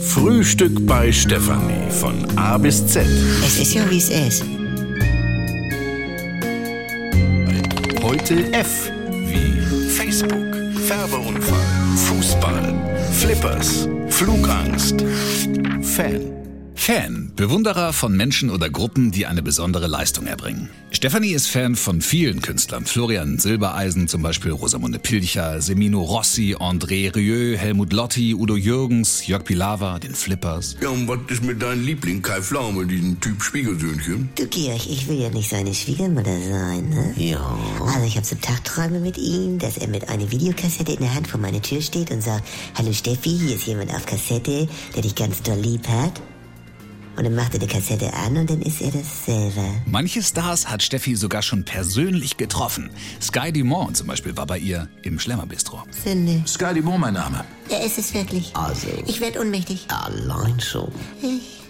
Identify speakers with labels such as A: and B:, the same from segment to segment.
A: Frühstück bei Stefanie von A bis Z.
B: Es ist ja, wie es ist.
A: Heute F wie Facebook, Färbeunfall, Fußball, Flippers, Flugangst, Fan.
C: Fan, Bewunderer von Menschen oder Gruppen, die eine besondere Leistung erbringen. Stefanie ist Fan von vielen Künstlern. Florian Silbereisen zum Beispiel, Rosamunde Pilcher, Semino Rossi, André Rieu, Helmut Lotti, Udo Jürgens, Jörg Pilawa, den Flippers.
D: Ja, und was ist mit deinem Liebling Kai Pflaume, diesem Typ Schwiegersöhnchen?
B: Du, Georg, ich will ja nicht seine Schwiegermutter sein, ne?
D: Ja.
B: Also ich habe so Tagträume mit ihm, dass er mit einer Videokassette in der Hand vor meiner Tür steht und sagt, hallo Steffi, hier ist jemand auf Kassette, der dich ganz doll lieb hat. Und dann macht er die Kassette an und dann ist er das selber.
C: Manche Stars hat Steffi sogar schon persönlich getroffen. Sky Dumont zum Beispiel war bei ihr im Schlemmerbistro.
B: Finde.
E: Sky Dumont, mein Name.
B: Er ist es wirklich.
D: Also,
B: Ich werde ohnmächtig.
D: allein schon.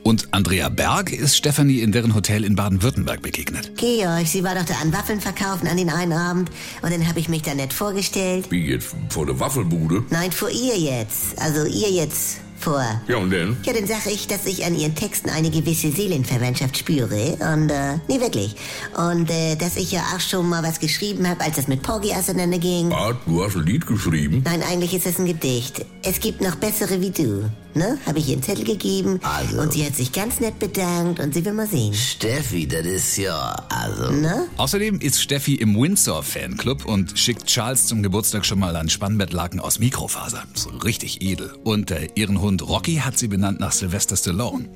C: Und Andrea Berg ist Stefanie in deren Hotel in Baden-Württemberg begegnet.
B: Georg, sie war doch da an Waffeln verkaufen an den einen Abend. Und dann habe ich mich da nett vorgestellt.
D: Wie jetzt vor der Waffelbude?
B: Nein, vor ihr jetzt. Also ihr jetzt vor.
D: Ja, und denn?
B: Ja, dann sage ich, dass ich an ihren Texten eine gewisse Seelenverwandtschaft spüre. Und, äh, nee, wirklich. Und, äh, dass ich ja auch schon mal was geschrieben habe, als es mit Porgy auseinanderging.
D: Bart, du hast ein Lied geschrieben.
B: Nein, eigentlich ist es ein Gedicht. Es gibt noch bessere wie du. Ne? Habe ich ihr einen Zettel gegeben.
F: Also.
B: Und sie hat sich ganz nett bedankt und sie will mal sehen.
F: Steffi, das ist ja, also,
B: Ne?
C: Außerdem ist Steffi im Windsor-Fanclub und schickt Charles zum Geburtstag schon mal ein Spannbettlaken aus Mikrofaser. So richtig edel. Und äh, ihren Hund Rocky hat sie benannt nach Sylvester Stallone.